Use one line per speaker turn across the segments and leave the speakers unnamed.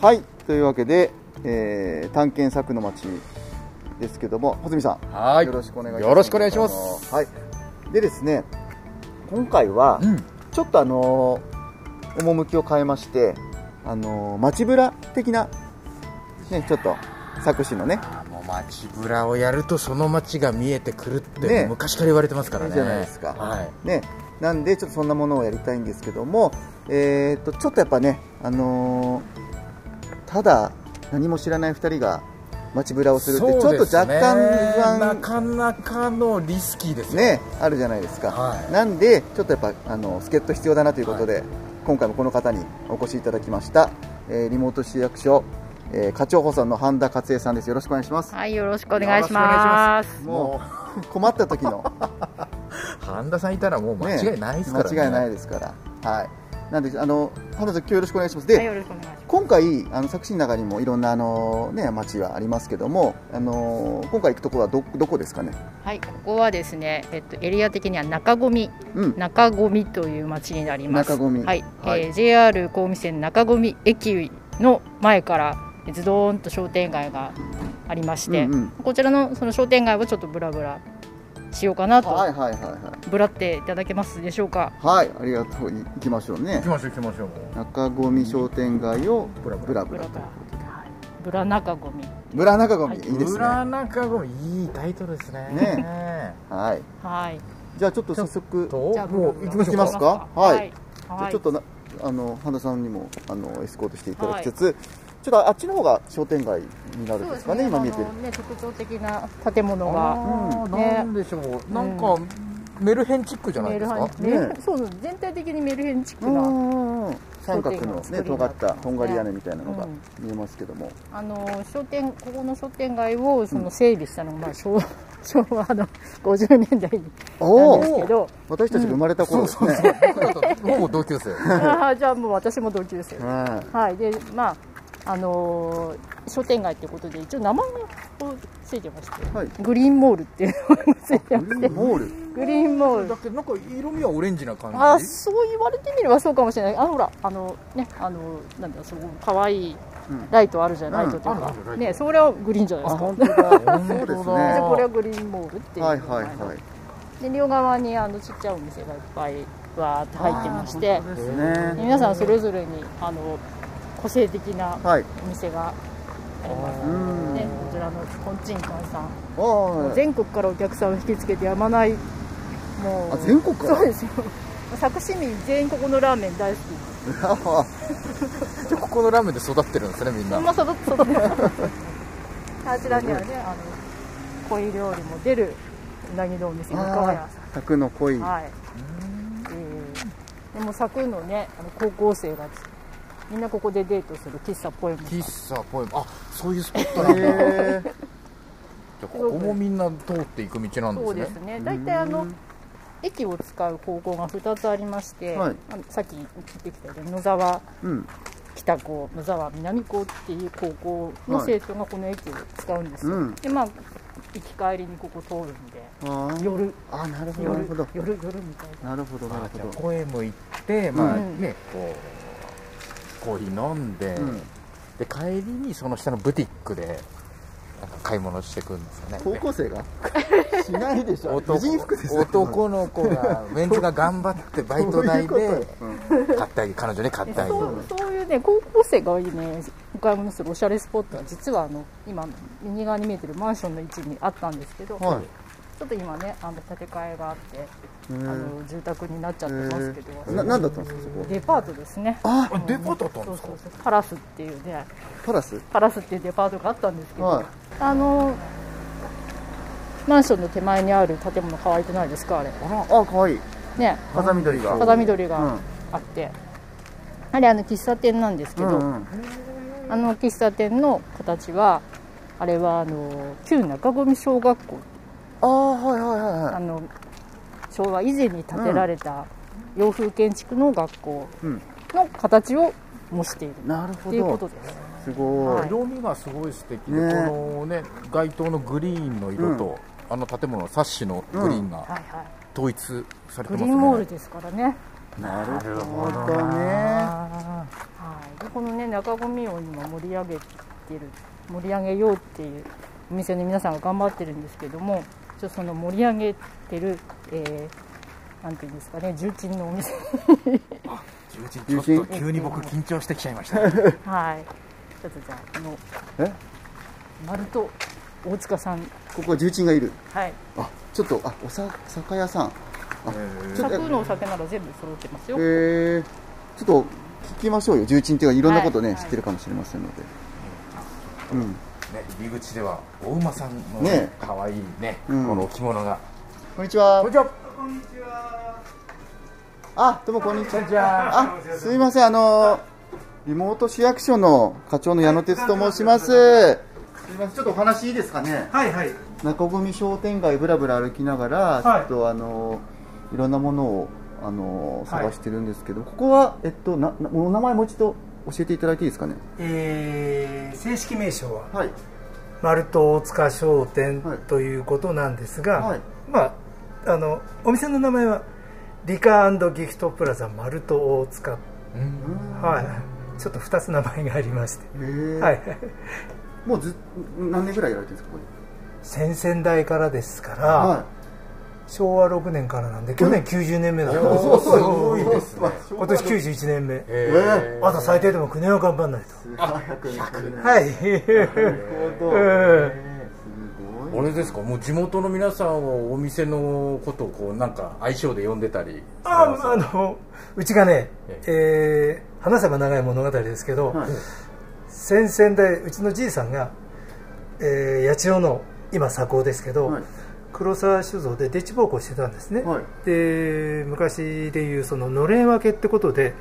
はいというわけで、えー探検作の街ですけども穂積さん
はい
よろしくお願いします
よろしくお願いします
はいでですね今回は
うん
ちょっとあのー趣を変えましてあのー街ぶら的なねちょっと作詞のね
あもう街ぶらをやるとその街が見えてくるって、
ね
昔から言われてますから
い
ね
いじゃないですか
はい
ね、なんでちょっとそんなものをやりたいんですけども、えー、とちょっとやっぱね、あのーただ何も知らない2人が街ぶらをするって、ちょっと若干不
な
安、
かなかのリスキーですよ
ね、あるじゃないですか、
はい
なんでちょっとやっぱあの助っ人必要だなということで、今回もこの方にお越しいただきました、えーリモート市役所、えー課長補佐の半田克恵さんですよろしくお願いします
はい、よろしくお願いします。
も
も
う困った時の
う半田さんいたらもう間違いないですからね
間違いない
い
ですからはいなんであの半田さん今日よろしくお願いしますで、
はい、よろしくお願いします。
今回あの作品の中にもいろんなあの、ね、街はありますけどもあの今回行くところはどどこですかね、
はい、ここはですね、えっとエリア的には中込
うん、
中込という町になります。
中込
はい、
はい
えー JR 神戸線中込駅の前からズドーンと商店街がありまして、
うんうん
こちらのその商店街をちょっとブラブラしようかなと、
はいはいはいは
ブラっていただけますでしょうか。
い、はい、ありがとうい行きましょうね
行きましょう行きましょう
中込商店街を
ブラブ
ブラ
ラ
ブ
ブ
ラ
ラ
と
ブラ、はい、ブラ中込
ブラ中込
はい
いいですね
裏中込みいいタイトルですね
はい
はい。
じゃあちょっと早速
と
じゃあ
もう
ブラ
行き
ブラ
ま
行
し
き
ょ
ま
う
す
か
かはい
はい。
じゃあ
はい
ちょっとなあの半田さんにもあのエスコートしていただきつつ、ちょっとあっちの方が商店街になるんですかね今見えてる
あのね特徴的な建物が
あー
うんね
なんでしょうなんかメルヘンチックじゃな
メ
いで
ル
す
ヘ
か
ンメルヘン
ね
そうそう全体的にメルヘンチッ
う
クなん
うんうん三角の
商
ね
店街の作りに
尖
な
っ
ってます
た
ね
本狩り屋根みたいなのが
うん
見えますけども、
あの商店ここの商店街をその整備したのが、まあ、昭昭和 の50年代な
お
んです
お
けど
私たちが生まれた頃ですね、
僕らとほぼ同級生
あーじゃあもう私も同級生
は
はいでまああのー商店街ってことで一応名前をついてまして
い、はい、
グリーンモールっていうのがついてまして
モール
グリーンモール
だけどなんか色味はオレンジな感じ
あーそう言われてみればそうかもしれないあのほらあのねあのなんだそこ可愛い
うん
ライトあるじゃない、ライトという
うんあ
か
るあるライ、ト
ねそれはグリーンじゃない
あ
ですか
本当だ
本
そうですね
当だ
で
は
これはグリーンモールって
い
いう名
はい
前の、
はい
で両側にあのちっちゃいお店がいっぱいわーって入ってまして
そうですね
皆さんそれぞれにあの個性的な
はい
お店があります
うん
ねこちらのコンチンカンさん、
あ
全国からお客さんを引きつけてやまないもう
あ全国から
そうですよ 作市民全員ここのラーメン大好き
あ
じゃあここのラーメンで育ってるんですねみんな
まあ、そのそのあちらにはね、あの恋料理も出るうなぎのお店、三河屋さ
宅の濃い
ん。はい。えーでも昨のね、あの高校生がみんなここでデートする喫茶ポエム。
喫茶ポエムあそういうスポットなんだじゃ
へー
あここもみんな通っていく道なん
そう
で
ですす
ね
ね。大体あの駅を使う高校が二つありまして、
はい
あのさっき言ってきたように野沢
うん
北高野沢南高っていう高校の生徒がこの駅を使うんですよ、
うん
でまあ行き帰りにここ通るんで
あー
夜
あなるほど
夜
なるほど
夜夜みたいな
なるほどな
あ
る
じゃ
ほ
あ
ど
ポエム行ってまあ
うん
ねこうコーヒー飲んで
うん
で帰りにその下のブティックでなんか買い物してくんですよね
高校生 がしないでしょ婦人服ですよ
男の子がメンズが頑張ってバイト代
そういう
で
ことようん
買ってあげ彼女に買ってあげる
そうそういうね高校生がいいねお買い物するおしゃれスポットは実はあの今右側に見えてるマンションの位置にあったんですけど、
はい
ちょっと今ねあの建て替えがあって、
へ
あ
ー
の住宅になっちゃってますけど、
えーななんだったんですかそこ
デパートですね
あ
あデパートだったん
そ
で
う
す
そ
か
うそうパラスっていうね
パラス
パラスっていうデパートがあったんですけど、
はい
あのマンションの手前にある建物可愛くないですかあれ
あらあ可愛い
ね
風見鳥が
風見鳥
う
が
ん
あって、あれあの喫茶店なんですけど、
うんうん
あの喫茶店の形はあれはあの旧中込小学校、
ああはいはいはいは
あ
い
の昭和以前に建てられた洋風建築の学校
うん
の形を模している
なるほ
っていうこ
ど
とです
すご
はいい
色味がすごい素敵で、
ね
このね街灯のグリーンの色と、あの建物のサッシのグリーンが
はいはい
統一されてますね、
グリーンモールですからね
なるほどね
な
はい、でこのね中込みを今盛り上げてる盛り上げようっていうお店の皆さんが頑張ってるんですけどもちょっとその盛り上げてる、えーなんていうんですかね重鎮のお店
重鎮ちょっと急に僕緊張してきちゃいましたね
はいちょっとじゃああの
え
丸と大塚さん
ここは重鎮がいる
はい
あちょっとあおさ酒屋さんあちょっと
柵のお酒なら全部揃ってますよ、
えー、ちょっと聞きましょうよ重鎮っていうかいろんなことね、
はい
知ってるかもしれませんので、うん
ね入り口では大馬さんの
ね
ね可愛いねこ
うん
の着物が
こんにちは
こんにちは
あどうもこんにちは
こんにちは
あすいませんあのリモート市役所の課長の矢野哲と申しますすいませんちょっとお話いいですかね
はいはい。
中込商店街ぶらぶら歩きながら、
はい
ちょっとあのいろんなものをあの探してるんですけど、ここはえっとななお名前もう一度教えていただいていいですかね
えー正式名称は
はい
丸と大塚商店
はい
ということなんですが、
はい
まああのお店の名前はリカギフトプラザ丸と大塚、
うん
はい。ちょっと二つ名前がありまして、
へえ、
はい。
もうず何年ぐらいやられてるんですかこ
先々代からですから、
れはい
昭和6年からなんで去年90年目なん
お
で
ーすごいですね
今年91年目、
え
あと最低でも9年は頑張んないと
100年
はいうん
す
あれですかもう地元の皆さんをお店のことをこうなんか愛称で呼んでたり
ああのうちがね、
え
えー話せば長い物語ですけど、
はい
先々代うちのじいさんが、えー八千代の今左高ですけど、
はい
黒沢酒造でデッチ奉公してたんですね、
はい
で昔でいうそののれん分けってことで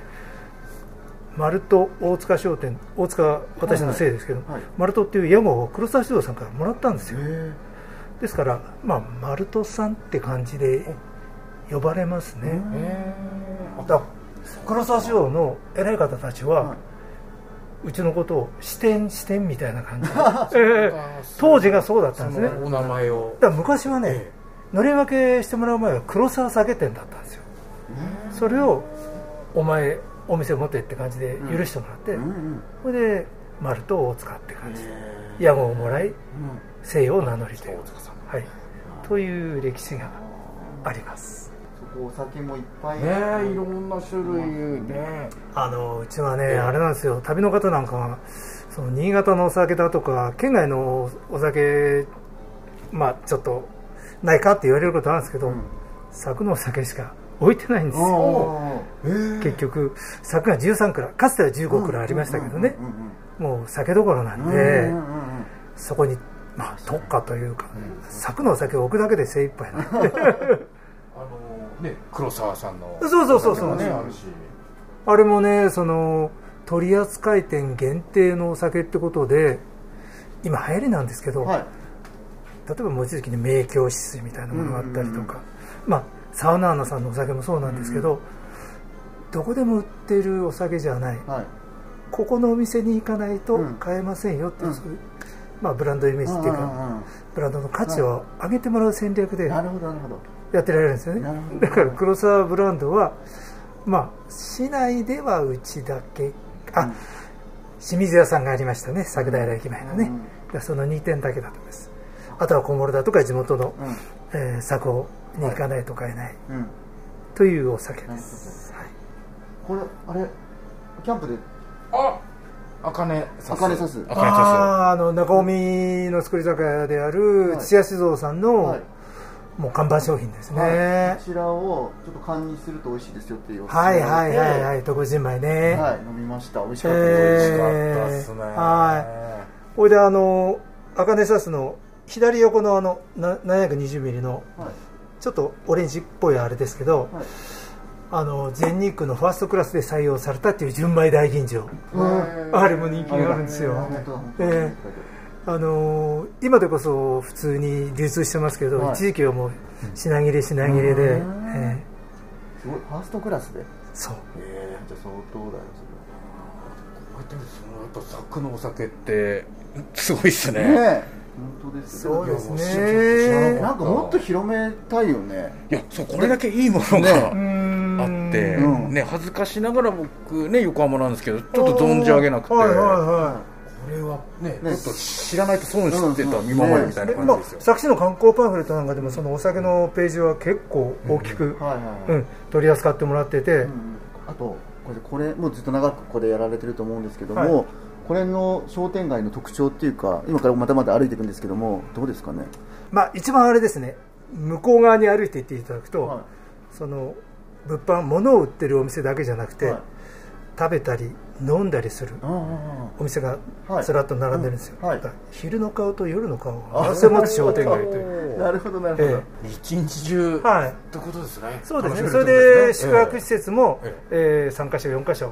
丸と大塚商店大塚は私のせいですけど、
はいはいはい
丸とっていう屋号を黒沢酒造さんからもらったんですよ
ごいへ
ですから、まあ、丸とさんって感じで呼ばれますね、だ黒沢市場の偉い方たちは、
はいう
ちのことを支店支店みたいな感じで、ええ当時がそうだったんですねだか
お名前を
ら昔はね、
え
のれん分けしてもらう前は黒沢酒店だったんですよそれをお前お店持てって感じで許してもらって、
うんうん
それで丸と大塚って感じで屋号をもらい西洋を名乗りという、はい、という歴史があります
そこお酒もいっぱい
ねえいろんな種類ね
あのうちはね、あれなんですよ旅の方なんかはその新潟のお酒だとか県外のお酒まあちょっとないかって言われることあるんですけど、
ん
柵のお酒しか置いてないんですよ
おー
結局柵が13蔵かつては15蔵ありましたけどね
うんうん
もう酒どころなんで、
うんうんうん
そこに、まあ、特化というか、柵のお酒を置くだけで精一杯なん で
あのね黒沢さんの
そうそうそうそう
ねあるし
あれもねその取扱店限定のお酒ってことで今流行りなんですけど、
はい
例えば望月に名教指数みたいなものがあったりとか、まあ、サウナーナさんのお酒もそうなんですけど、どこでも売ってるお酒じゃない
はい
ここのお店に行かないと
うん
買えませんよっていう、
うん
そういうまあ、ブランドイメージっていうか、
うんうんうん
ブランドの価値を上げてもらう戦略で
な
や
るほどなるほど
ってられるんですよね
なるほど
だから黒沢ブランドは、まあ、市内ではうちだけあ、
うん
清水屋さんがありましたね佐久平駅前のね、
うん
だからその2点だけだと思いますあとは小諸だとか地元の、
うん
えー、佐古に行かないと買えない
うん
というお酒です、はい
これあれキャンプで
あ茜さ
茜さす
茜さ
あーあの中臣の造り酒屋である
はい
土屋酒造さんの、
はい
もう看板商品ですね、
こちらをちょっと缶にすると美味しいですよっていうお酒を
はい、はいはいはいはい徳新米ね、
はい飲みました美味しか
え
った
す美
です
味しかったっすね
はこれであの茜サスの左横のあのな 720mm の
はい
ちょっとオレンジっぽいあれですけど、
はい
あの全日空のファーストクラスで採用されたっていう純米大吟醸
うん
あれも人気があるんですよ
本当だ本当だ
えあのー今でこそ普通に流通してますけど、
はい
一時期はもう品切れ品切れで、
うん
え
すごいファーストクラスで
ーそう
え
じゃあ相当だよ
こうやってそのやっぱザックのお酒ってすごいっす
そ
ね
れね本当ですよ
そうですね
いやもう知らな
なんかもっと広めたいよね
いやそうこれだけいいものが
うーん
あっって、
うん
ね、恥ずかしながら僕、ね、横浜なんですけどちょっと存じ上げなくて、
はいはいは
これはね
ね
ちょっと知らないと損してた見守りみたいな
いで
感
ま
じです
あ
よ、
作詞の観光パンフレットなんかでもそのお酒のページは結構大きく、
はいはい
うん取り扱ってもらってて、
うんあとこれこれもうずっと長くこれやられてると思うんですけども、
はい
これの商店街の特徴っていうか今からまだまだ歩いていくんですけどもどうですかね
まあ一番あれですね向こう側に歩いて行っていただくと、
はい
その物販物を売ってるお店だけじゃなくて、
はい
食べたり飲んだりする
あ
お店が
はい
ずらっと並んでるんですよ、
うんはい
だから昼の顔と夜の顔を合わせ持つ商店街という、
あなるほどなるほど、
え
一日中
えはい
ってことですね
そうですね
楽し
そ
めるって
れ
こと
で宿泊施設も、
え
え3か所4か所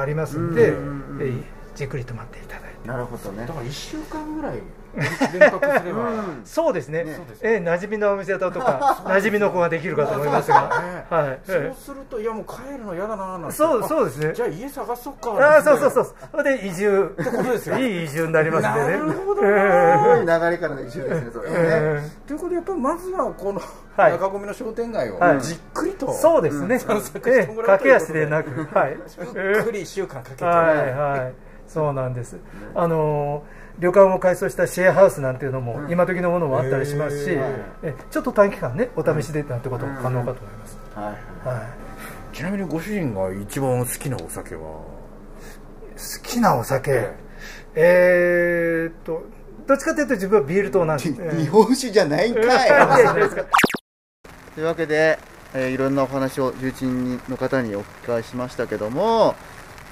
ありますんで、
うんうんうん
ええじっくりと待っていただいて
なるほどね
だから1週間ぐらい連泊すれば、
そうですね
ね
そうです
ええ馴染みのお店だとか馴染みの子ができるかと思いますが、はい
そう
え
するといやもう帰るの嫌だなーなんて
えそうそうですね
じゃあ家探そうか
ああそうそうそうそれで移住
ことですよ
いい移住になりますんでね
なるほど
す
え
ごい流れからの一周ですねそれはね、
え
ということでやっぱりまずはこの
はい
中込みの商店街を
はい
じっくりと、
そうですね、
散策
え
して
え
もらう
駆
とい
け
うこ
足
と
でなくはい
じっくり1週間かけて、
はいはい、そうなんです、あのー旅館を改装したシェアハウスなんていうのも、今時のものもあったりしますし、
へ
えちょっと短期間ね、お試しでなんてことも可能かと思います。
はい
はい、
ちなみにご主人が一番好きなお酒は
好きなお酒、えー、っと、どっちかというと、自分はビール党なんです、
で日本酒じゃないんかいというわけで、えーいろんなお話を重鎮の方にお伺いしましたけども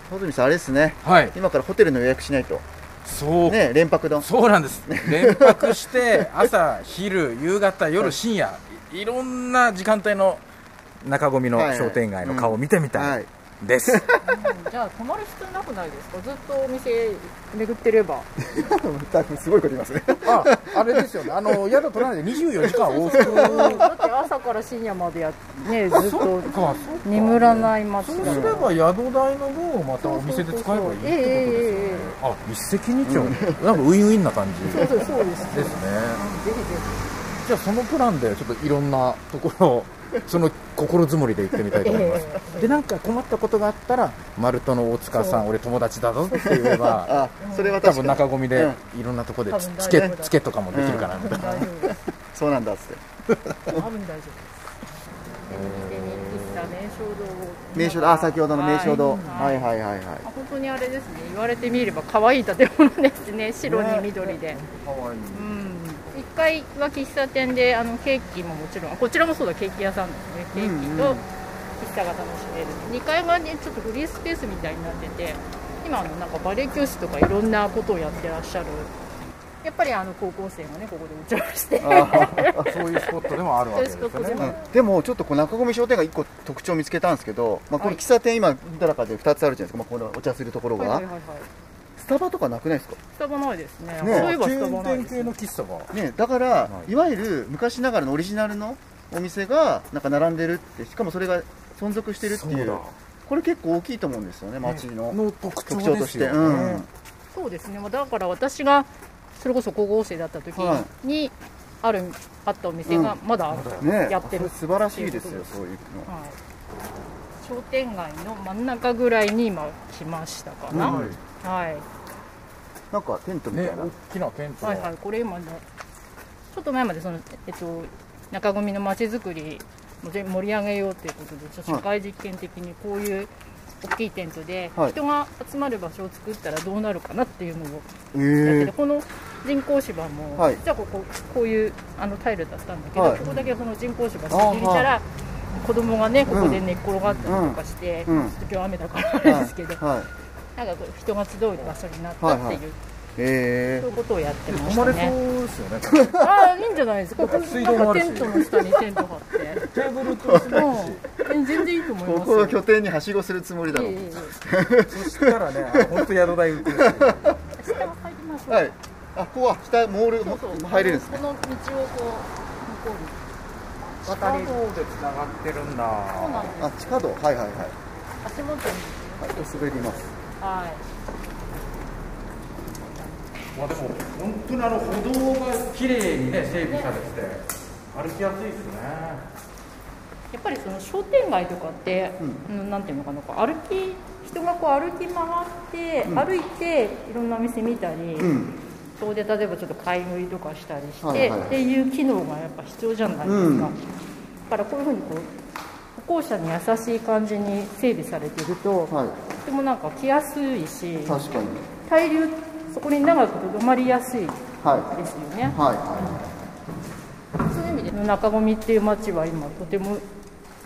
穂積さんあれですね
はい
今からホテルの予約しないと
そう
ね連泊丼
そうなんです連泊して朝昼夕方夜深夜いいろんな時間帯の中込みの商店街の顔を見てみたいです、
じゃあ泊まる必要なくないですかずっとお店巡ってれば
多分すごいこと言いますね
ああれですよねあの宿取らないで24時間往
うんだって朝から深夜までやっねずっと
か
眠らない街
そう
だ
すれば宿代の分をまたお店で使えばいいってことですよね
えええええ
あ一石二鳥、なんかウィンウィンな感じ
そう
ですね
ですそうです
じゃあそのプランでちょっといろんなところをその心づもりで行ってみたいと思います、
え
でなんか困ったことがあったら丸太の大塚さん俺友達だぞって言えば
あそれは確か
多分
に
中込みでいろんなとこでつつけ
多分大丈夫だ
つけとかもできるかなみたいな、
大丈夫です
そうなんだっつって
多分大丈夫ですで人気した名所堂を
名所あ先ほどの名所堂はい
は
は
い
いはいはい
あ本当にあれですね言われてみれば可愛い建物ですね白に緑で、
かわいい
うん一階は喫茶店であのケーキももちろんこちらもそうだケーキ屋さんですねケーキ
うんう
と
ん
喫茶が楽しめる、2階がねちょっとフリースペースみたいになってて今あのなんかバレエ教室とかいろんなことをやってらっしゃるやっぱりあの高校生がねここでお茶を して
そういうスポットでもあるわけですよ
そういうスポットでも
ね
でもちょっとこう中込商店街1個特徴見つけたんですけど、まあ、この
はい
喫茶店今だらかで2つあるじゃないですか、まあ、このお茶するところ
はい
が、
はいはいはい
スタバとかなくないですか
スタバないですね
ね
そういえば
チ
ス
ェ
タ
ー
バ
ン
ない
店
です
系
ね
の喫茶が
ね、だから、、
はい
わゆる昔ながらのオリジナルのお店がなんか並んでるってしかもそれが存続してるっていうこれ結構大きいと思うんですよね街の
の特徴
特
です
徴
よ、ね、
として、うん
そうですねまあだから私がそれこそ高校生だった時
は
にあるあったお店がまだある、
ね
やってる
それ素晴らしいですよそういうの
はい、商店街の真ん中ぐらいに今来ましたかな、
はい
はい、
なんかテントみたい
ね
な、
大きなテントが
はいはいこれ今ねちょっと前までその、えっと、中込みのまちづくりを全盛り上げようということでちょっと社会実験的にこういう大きいテントで
はい
人が集まる場所を作ったらどうなるかなっていうのをやって
え
て、
ー
この人工芝も、
はい
じゃあこここういうあのタイルだったんだけど、
はい
ここだけこの人工芝を切りたら、子供がねここで寝っ転がったりとかして、
うんうん
ちょっと今日雨だからあれですけど、
はい、
なんかこう人が集う場所になったっていう、
はいはいえ
そういうことをやってま
泊
し
ま
た
れ
ね。
そうですよね
ああいいんじゃないですか。ここ
水
な
道
ん
もある
かテ
し
ントの下にテント張って。
テーブルと椅子もあるし
うん、全然いいと思い
ー、
ます
こ
よ。
こを拠点にはしごするつもりだろう、
えええ
そしたらね、本当宿代浮く
え下を入りましょう。
はいあここは下モール
そうそう。
入れるんですね
この道をこう向こうに渡れる。
で繋がってるん
そうなん
だ。
です。
あ地下道はいはいはい
足元に。
はい滑ります
はい。
まあでも本当にあの歩道が綺麗にね整備されてて歩きやすいですね。
やっぱりその商店街とかって、うん、なんていうのかなこう歩き人がこう歩き回って、歩いていろんなお店見たり、
うん
そこで例えばちょっと買い食いとかしたりして、
はいはい
っていう機能がやっぱ必要じゃないですか、
うん
だからこういうふうにこう歩行者に優しい感じに整備されていると、
はい
とてもなんか来やすいし
確かに
滞留そこに長くとどまりやすいで
はい
すよね、
はいは
そういう意味で中込みっていう街は今とても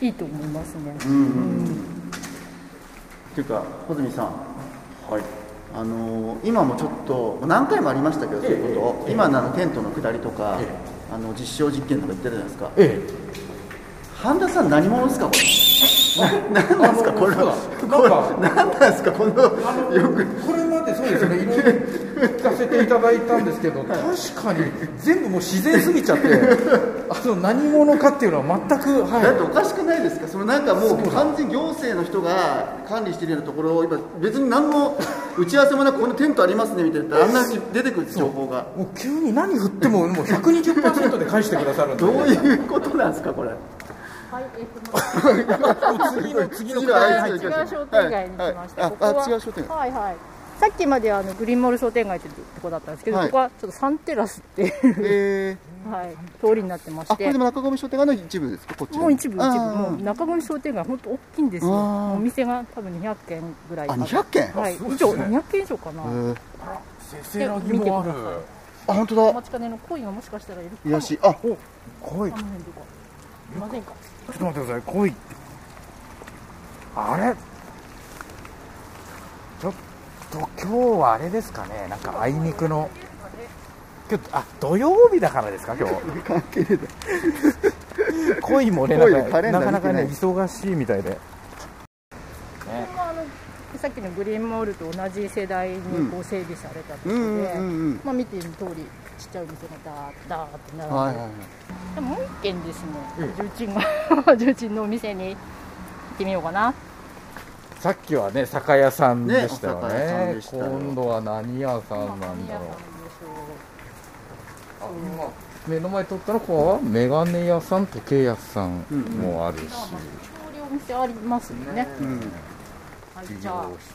いいと思いますね、
いうんうんうんっていうか穂積さんはいあのー今もちょっと何回もありましたけどそういうこと、今のあのテントの下りとか、あの実証実験とか言ってるじゃないですか、
ええ
半田さん何者ですかこれな何なんですかこれは
そうだ
これ何なんですかこのよく
これまでそうですね、いろいろ聞かせていただいたんですけど、 確かに全部もう自然すぎちゃって、あの何者かっていうのは全く、
だ
は
っておかしくないですかそのなんかもう完全に行政の人が管理してるようなところを今別に何の打ち合わせもなくこのテントありますねみたいなあんな出てくるんです情報が
い、もう急に何振っても、もう120%で返してくださるんで、
どういうことなんですかこれ
はい、えっと
次の
次
次の
こ
の
れ
あれ
は違う商店街に来ました。
はい
こ
はい
こは
あ違う商店街
はいはい。さっきまであのグリーンモール商店街ってとこだったんですけど、
はい
ここはちょっとサンテラスって いう、
えー、
はい、通りになってま
あ
し
これ
て
で。も中込商店街の一部ですかこっち
もう一部一部
あ
もう
ー
中込商店街本当大きいんですよ。
あー
もうお店が多分200軒ぐらい
あ
って
200軒、
はい、
あそうで
以
すね
上200軒以上かな。
えー
せせらぎもある、
あ本当
お
だ
待ちかねの恋がもしかしたらいるかも。
いらしいあ
来い、ち
あ
ょ
の辺とか。いませんか。
っと待ってください、来い、あれ、ちょっと今日はあれですかね、なんかあいにくの、今日あ土曜日だからですか、今日
関係ねえだ
恋もね、な
恋
ん
カ
か
レンダ
な
ー
かなかね、
見
忙しいみたいで。
ここはあのさっきのグリーンモールと同じ世代にこう整備された
う
ところで。
んうんうんうん
まあ、見ている通り、ちっちゃいお店がダーッダーッって並んで、
はいはいはい
でももう一軒ですね、重鎮が重鎮のお店に行ってみようかな。
さっきはね酒屋さんでしたよ
ねお酒屋さん
ね
でしたよ
今度は何屋さんな
まあ
ん
何
だ
屋
ろ
さん
う
でしょ
あ今目の前撮ったのこうメガネ屋さん時計屋さんもあるし、
う。調理お店ありますよね。
うん
はい、
美
じゃあ
容室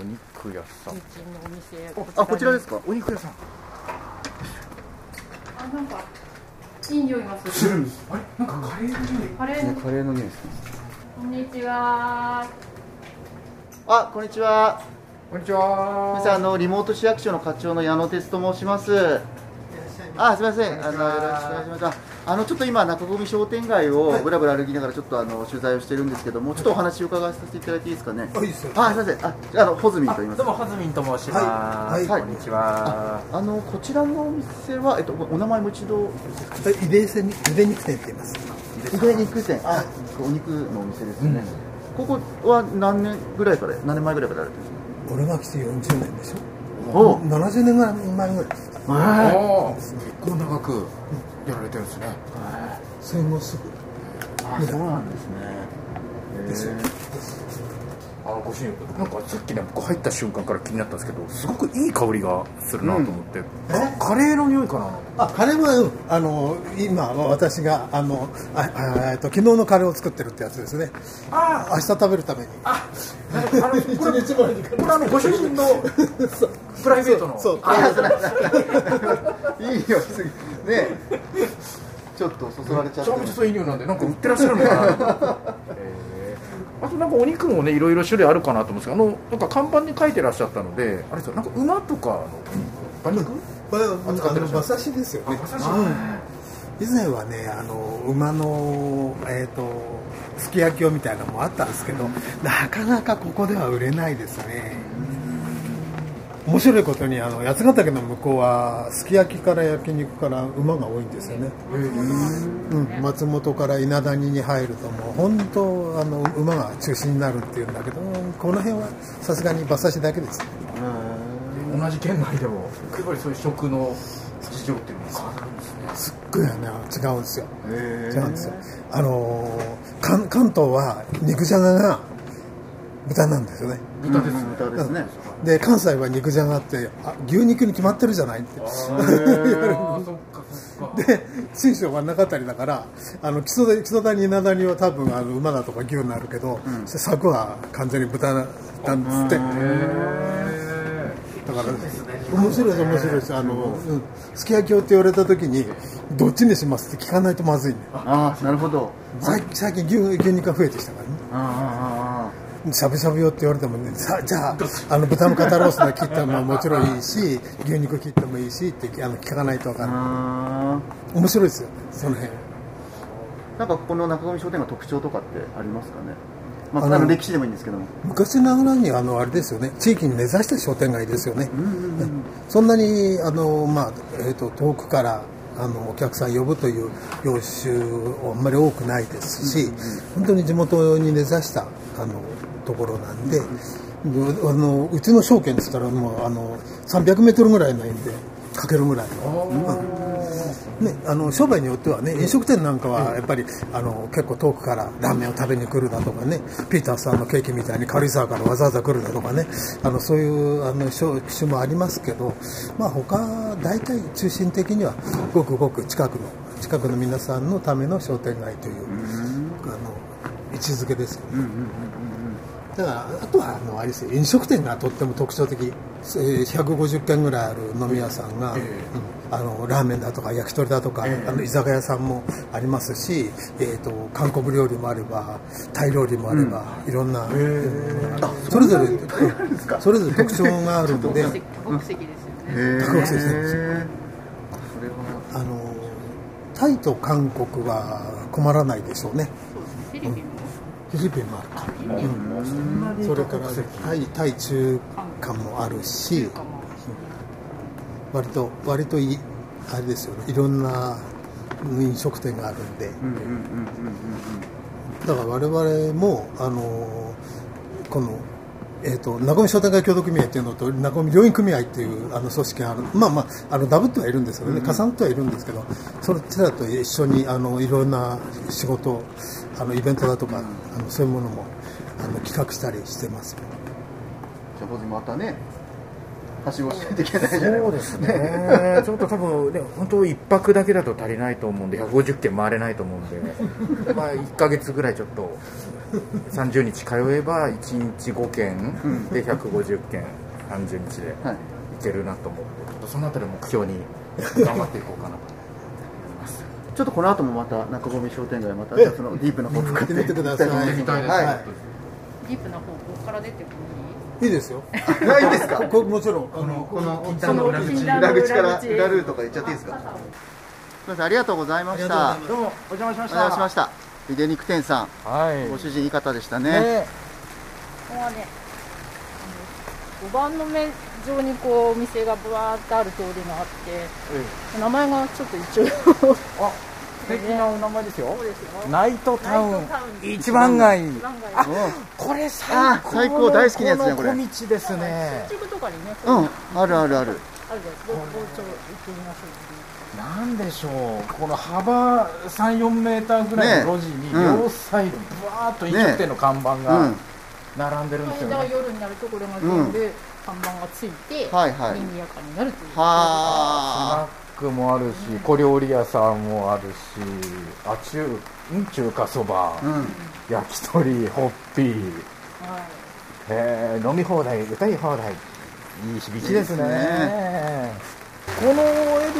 お肉屋さ
重
ん
鎮のお店。
あこちらですすか
お肉屋さん
あなんかいい匂いがする。あれなんか
カレーの匂いですね
カレーの匂い。カレー。こんにちは。
あこんにちは
こんにちは
皆さんあのリモート市役所の課長の矢野哲と申します。あ、すみません。あのよろしくお願いします。ああのちょっと今中込商店街をぶらぶら歩きながらちょっとあの取材をしてるんですけども、ちょっとお話を伺わさせていただいていいですかね。あ、
いいですよ
すみません。あ、じゃああのホズミンと言います。
もはずみんと申し
ますはい
はいこんに
ちは
あのこちらのお店はえっとおお名前も一度。
ゆでせにゆで肉店って言います
お肉店。あ、お肉のお店ですね。ここは何年ぐらいから何年前ぐらいからあるんですか。
俺が来て40年でしょ
お、
70年ぐらい前ぐらいです
おお結構長くやられてるんですね
戦後すぐ
あ、そうなんですね。
あのご主人なんかさっきね僕入った瞬間から気になったんですけどすごくいい香りがするなと思って、カカレーの匂いかな
あカレーは、うんあの今私があのああえっと昨日のカレーを作ってるってやつですね
あ
明日食べるために
あ のこれ
日前に
これあのご主人のプライベートの
そう
いいよすぎねえちょっとそそられちゃ
め
っ
ち
て
ゃめちゃそういう匂いなんでなんか売ってらっしゃるのかなと 思って、えーあとなんかお肉もねいろいろ種類あるかなと思うんですけどあのなんか看板に書いてらっしゃったのであれですよなんか馬とかの馬肉
これあ
扱ってらっしゃる
の馬刺しですよね
馬刺し
うん以前はねあの馬のえっ、とすき焼きをみたいなのもあったんですけどなかなかここでは売れないですね面白いことにあの八ヶ岳の向こうはすき焼きから焼肉から馬が多いんですよね、うん、松本から稲谷に入るともう本当あの馬が中心になるっていうんだけどこの辺はさすがに馬刺しだけです
同じ県内でもやっぱりそういう食の事情っていうのが変わるんですね
すっごいね違うんですよ違うんですよあのー関関東は肉じゃがが豚なんですよね
豚ですね
豚ですね。
で関西は肉じゃがってあ牛肉に決まってるじゃないって
あーそっかそっか
で信州は中谷だからあの基礎で基礎谷稲谷は多分あの馬だとか牛になるけど、柵は完全に豚なんですってだから面白いです面白いですあの、うん、すき焼きをって言われた時にどっちにしますって聞かないとまずいね
ああ、なるほど。
最最近牛牛肉が増えてきたからね
あああああ
しゃぶしゃぶよって言われてもねさじゃああの豚の肩ロースの切ったももちろんいいし牛肉切ってもいいしってあの聞かないと分か
あ
らない
あ
面白いですよねその辺
あ。なんかこの中込商店街特徴とかってありますかね。まあ、
あの
あの歴史でもいいんですけども。
昔ながらにあのあれですよね地域に根ざした商店街ですよね、そんなにあの、まあえー、と遠くからあのお客さん呼ぶという業種あんまり多くないですし、本当に地元に根ざしたあのところなんで、うあのうちの証券っつったらもうあの300メートルぐらいの円でかけるぐらいの。ね、あの商売によってはね飲食店なんかはやっぱりあの結構遠くからラーメンを食べに来るだとかねピーターさんのケーキみたいに軽井沢からわざわざ来るだとかねあのそういうあの商種もありますけど、まあ、他大体中心的にはごくごく近くの近くの皆さんのための商店街というあの位置づけですよね。だからあとはあのあれですよ飲食店がとっても特徴的えー150軒ぐらいある飲み屋さんが、うんあのラーメンだとか焼き鳥だとか、あの居酒屋さんもありますし、えー、と韓国料理もあればタイ料理もあれば、いろんな、うんそれぞれうんそれぞれ特徴がある ので
国籍ですよね
へえ
高橋先生
それは。
あのタイと韓国は困らないでしょうね
フィリピンも
フィリピンもあるか
うん
それから対対中間もあるし
かも
割と割といいあれですよねいろんな飲食店があるんで
うんうんうんうん
だから我々もあのこの。えー、と名古屋商店街協同組合っていうのと名古屋病院組合っていうあの組織があるまあまああのダブってはいるんですけどね加算ってはいるんですけどそれらと一緒にあのいろんな仕事あのイベントだとかあのそういうものもあの企画したりしてますよ
じゃあ、ほずまたね。はしごしないといけないじゃない
そうですねちょっと多分ね本当一泊だけだと足りないと思うんで150件回れないと思うんでまあ1か月ぐらいちょっと30日通えば1日5件で150件30日でい
はい。
けるなと思ってちょっとそのあたりを目標に頑張っていこうかなと
ちょっとこの後もまた中込商店街またじゃあそのディープの方向かって
見てみてください
行きたと思ますは
ディープな方向から出てくる
いいですよ。
い。ないんですか。
こもちろん。あ
の
の
この
その裏口
裏口から裏ルートから行っちゃっていいですか。すみませんありがとうございました。
どうもお邪魔しま
お邪魔しました。ひで肉店さん、
はい
ご主人いい方でしたね。
ここはねあの碁盤の目上にこうお店がぶわーっとある通りがあって名前がちょっと一応
素敵なお名前ですよ
そうですよ
ナイトタウン
ナイトタウン
一番街
一番街
これ最
あー最高大好きなやつねこれ
この小道ですね
新宿とかにね、
う
ある
ん、あるあるある。
じゃないですか包丁行ってみましょ
なんでしょうこの幅34メーターぐらいの路地に
ねうん
両サイドぶわーっと飲食店の看板
うん、
が
は
並んでるんです
う
よ
だから
ね
夜になるとこれが全部看板がついて、
いはい。
賑やかになるという
ス
はあ
ナ。ックもあるし小料理屋さんもあるしあ中ん中華そば
うん、
焼き鳥ホッピー
はい
えー飲み放題歌い放題いい響きですね
いいです
この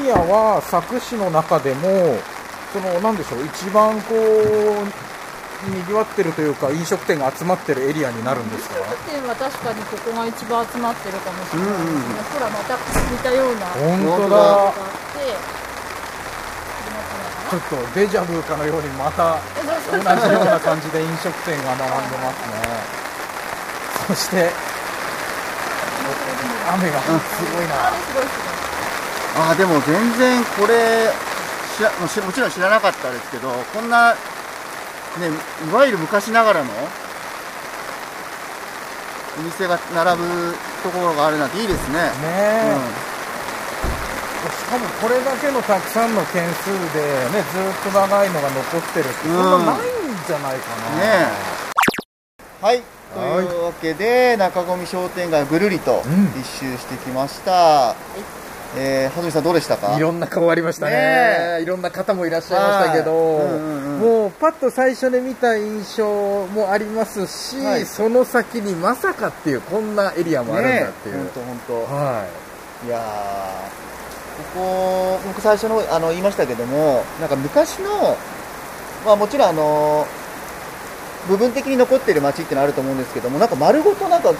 エリアは佐久市の中でもそのなんでしょう一番こうにぎわってるというか飲食店が集まってるエリアになるんですか
飲食店は確かにここが一番集まってるかもしれないですね、ほらまた似たような
本当だ
本当だ
あって
ちょっとデジャブかのようにまた同じような感じで飲食店が並んでますねそして雨がすごいな
あれすごいす
ああでも全然これ知らもちもちろん知らなかったですけどこんなねいわゆる昔ながらのお店が並ぶところがあるなんていいですね
ねえ、しかもこれだけのたくさんの件数で、ね、ずっと長いのが残ってるって、
うん
そんなないんじゃないかな、
ねはいというわけで中込商店街をぐるりと一周してきました、えー、羽鳥さんどうでしたか
いろんな顔ありましたねいろんな方もいらっしゃいましたけど、
はいうんうんうん
もうパッと最初で見た印象もありますし、
はい
その先にまさかっていうこんなエリアもあるんだっていう、
本当本当
はい
やーここ僕最初のあの言いましたけどもなんか昔のまあもちろんあの部分的に残ってる街ってのあると思うんですけどもなんか丸ごとなんかね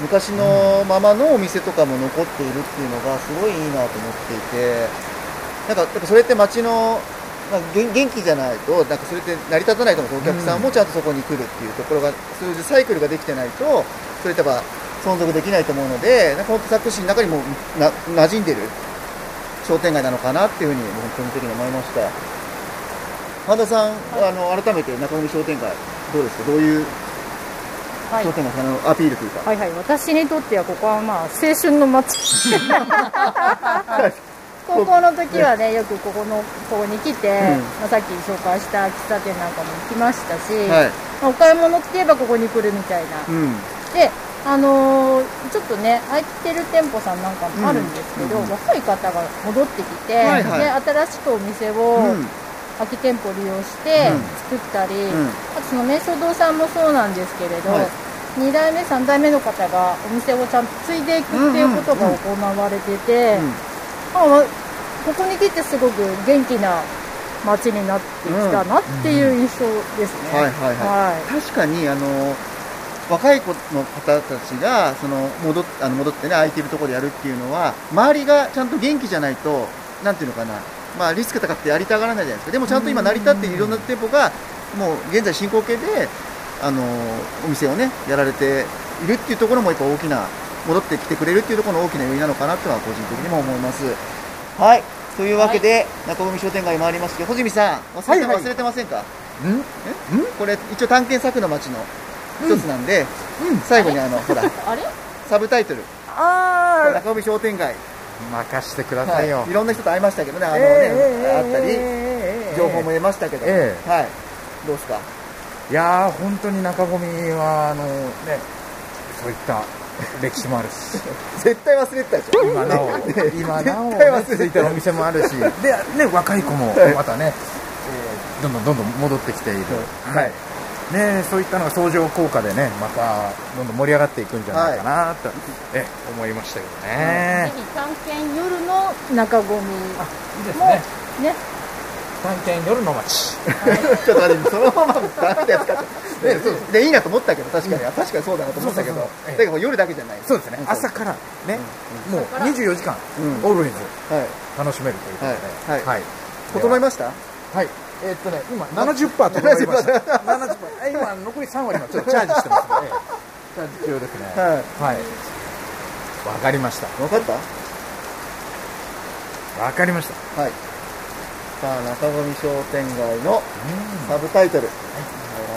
昔のままのお店とかも残っているっていうのがすごいいいなと思っていてなんかやっぱそれって街のまあ元元気じゃないとなんかそれって成り立たないと思うお客さんもちゃんとそこに来るっていうところがそういうサイクルができてないとそれってやっぱ存続できないと思うので、なんか本当、作詞の中にもな馴染んでる商店街なのかなっていうふうに、僕個人的に思いました。半田さん、あの改めて中森商店街、どうですか、どういう
はい
商店街かのアピールというか、
はいはい、私にとってはここはまあ青春の街高校の時はねよくここのここに来て、
ん
まあ、さっき紹介した喫茶店なんかも行きましたし、
はい
まあお買い物って言えばここに来るみたいな、
うん、
であのーちょっとね空いてる店舗さんなんかもあるんですけど、
うんうん
若い方が戻ってきて、
はいはい
で新しくお店を
うん
空き店舗利用して作ったり、
ん
あとその瞑想堂さんもそうなんですけれど、
はい
2代目3代目の方がお店をちゃんと継いでいくっていうことが行われてて、
うん
まあわここに来てすごく元気な街になってきたなっていう印象です
は
ね。
いはいはい
はい
確かにあの若い子の方たちがその戻っあの戻ってね空いてるところでやるっていうのは周りがちゃんと元気じゃないとなんていうのかなまあリスク高くてやりたがらないじゃないですかでもちゃんと今成り立っているいろんな店舗がもう現在進行形であのお店をねやられているっていうところもやっぱ大きな戻ってきてくれるっていうところの大きな要因なのかなとは個人的にも思いますはいというわけで、中込商店街回りまして穂積さん忘れて,、忘れてませんかえこれ一応探検作の街の一つなんで、最後にあの ほら
あれ
サブタイトル「
あ
中尾商店街
任してくだ」さいよ、
はいいろんな人と会いましたけどねあのね、あったり、情報も得ましたけど、
え
はいどうですか
いやー本当に中込はあのねそういった歴史もあ るし
絶対忘れてたでしょ
今 なお今なお、ね
絶対忘れ、てた
続いてるお店もあるしでね若い子 もまたね、えーどんどんどんどん戻ってきている、はいね、そういったのが相乗効果でねまたどんどん盛り上がっていくんじゃないかなと、え思いましたけど
ぜ
ね、
ひ探検夜の中
い
込み
いです
も
ね
ね
探検夜の街
ちょっと待ってそのままダメだよ使っちゃった ねでいいなと思ったけど確かに、確かにそうだなと思ったけど
そうそうそうええ
だけど夜だけじゃない
そうですね
ん
朝からね、もう24時間、
うん
オールインズ
はい
楽しめるということで、
はいはい
はい、
整いました
はい。えーっとね、今70パーと思いました。70パー。今残り3割今ちょっとチャージしてますね。チャージ中ですね。
は
はい。わかりました。
い分かった
わかりました。
はい。さあ、中込商店街のサブタイトル。は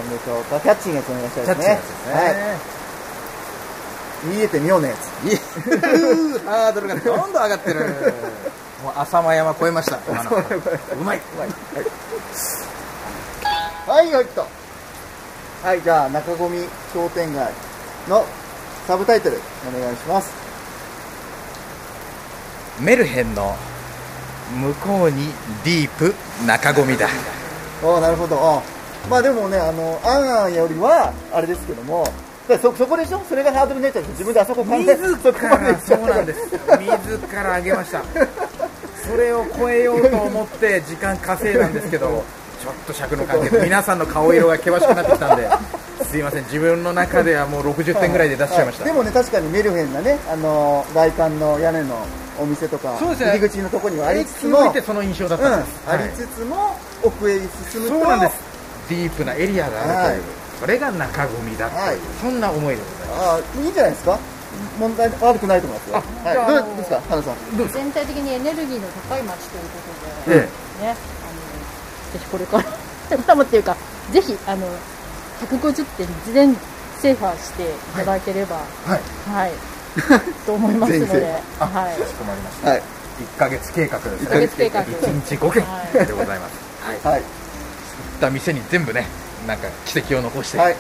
い、なんでしょうか。キャッチーなやつお願いしたい
キャ
で
ッ
す
チ
ね。
ーなやつですね。
はい。言えて妙なやつ。
うーハードルがどんどん上がってる。もう浅間山越えました。今のうまい。
はい、よいっと。はい、じゃあ、中込商店街のサブタイトル、お願いします。
メルヘンの向こうにディープ中込みだ。
おーなるほど。あまあでもね、あの、あんあんよりは、あれですけども、だからそそこでしょそれがハードルになっちゃって自分であそこ考え
自
そこまで行
ら
っち
そ
ゃっ
う
た
なんです自ら上げましたそれを超えようと思って時間稼いだんですけどちょっと尺の関係で皆さんの顔色が険しくなってきたんですいません自分の中ではもう60点ぐらいで出しちゃいました
でもね確かにメルヘンなねあの外観の屋根のお店とか
そうですね
入り口のとこにはありつつ
気
も、
づ
う
い
ん、
てその印象だったんです、
ありつつも奥へ進むと
そうなんですディープなエリアがあるという、
は
それが中込みだという、
はい
そんな思いでございま
ああいいんじゃないですか問題悪くないと思いますよ
あじゃあ
はい、
あ
どう
の
ですか花さん
全体的にエネルギーの高い街ということ
す、
で、
え
ねあのぜひこれから多分っていうかぜひあの150点全制覇していただければ
はい
はい、と思いますの
全制
で、
あ
はい
え、かしこまりました
はい
1ヶ月計画ですね
1ヶ月計画
1日5件でございます
はい
行った店に全部ねなんか奇跡を残して、
はい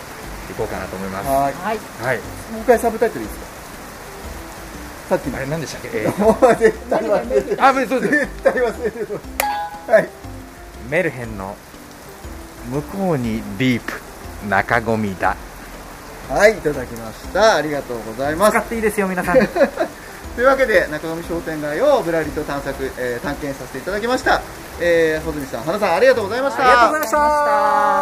行こうかなと思います。
はい
はい。
はい。
もう一回サブタイトルいいですかさっきの
あれ何でしたっ け？えー
もう 絶対忘れてる
あ、そうです。
絶対忘れてるはい
メルヘンの向こうにディープ中込みだ。
はいいただきましたありがとうございます
使っていいですよ皆 さん。は
というわけで中上商店街をぶらりと探索、えー探検させていただきました、えー、穂積さん花さんありがとうございましたありがとうございました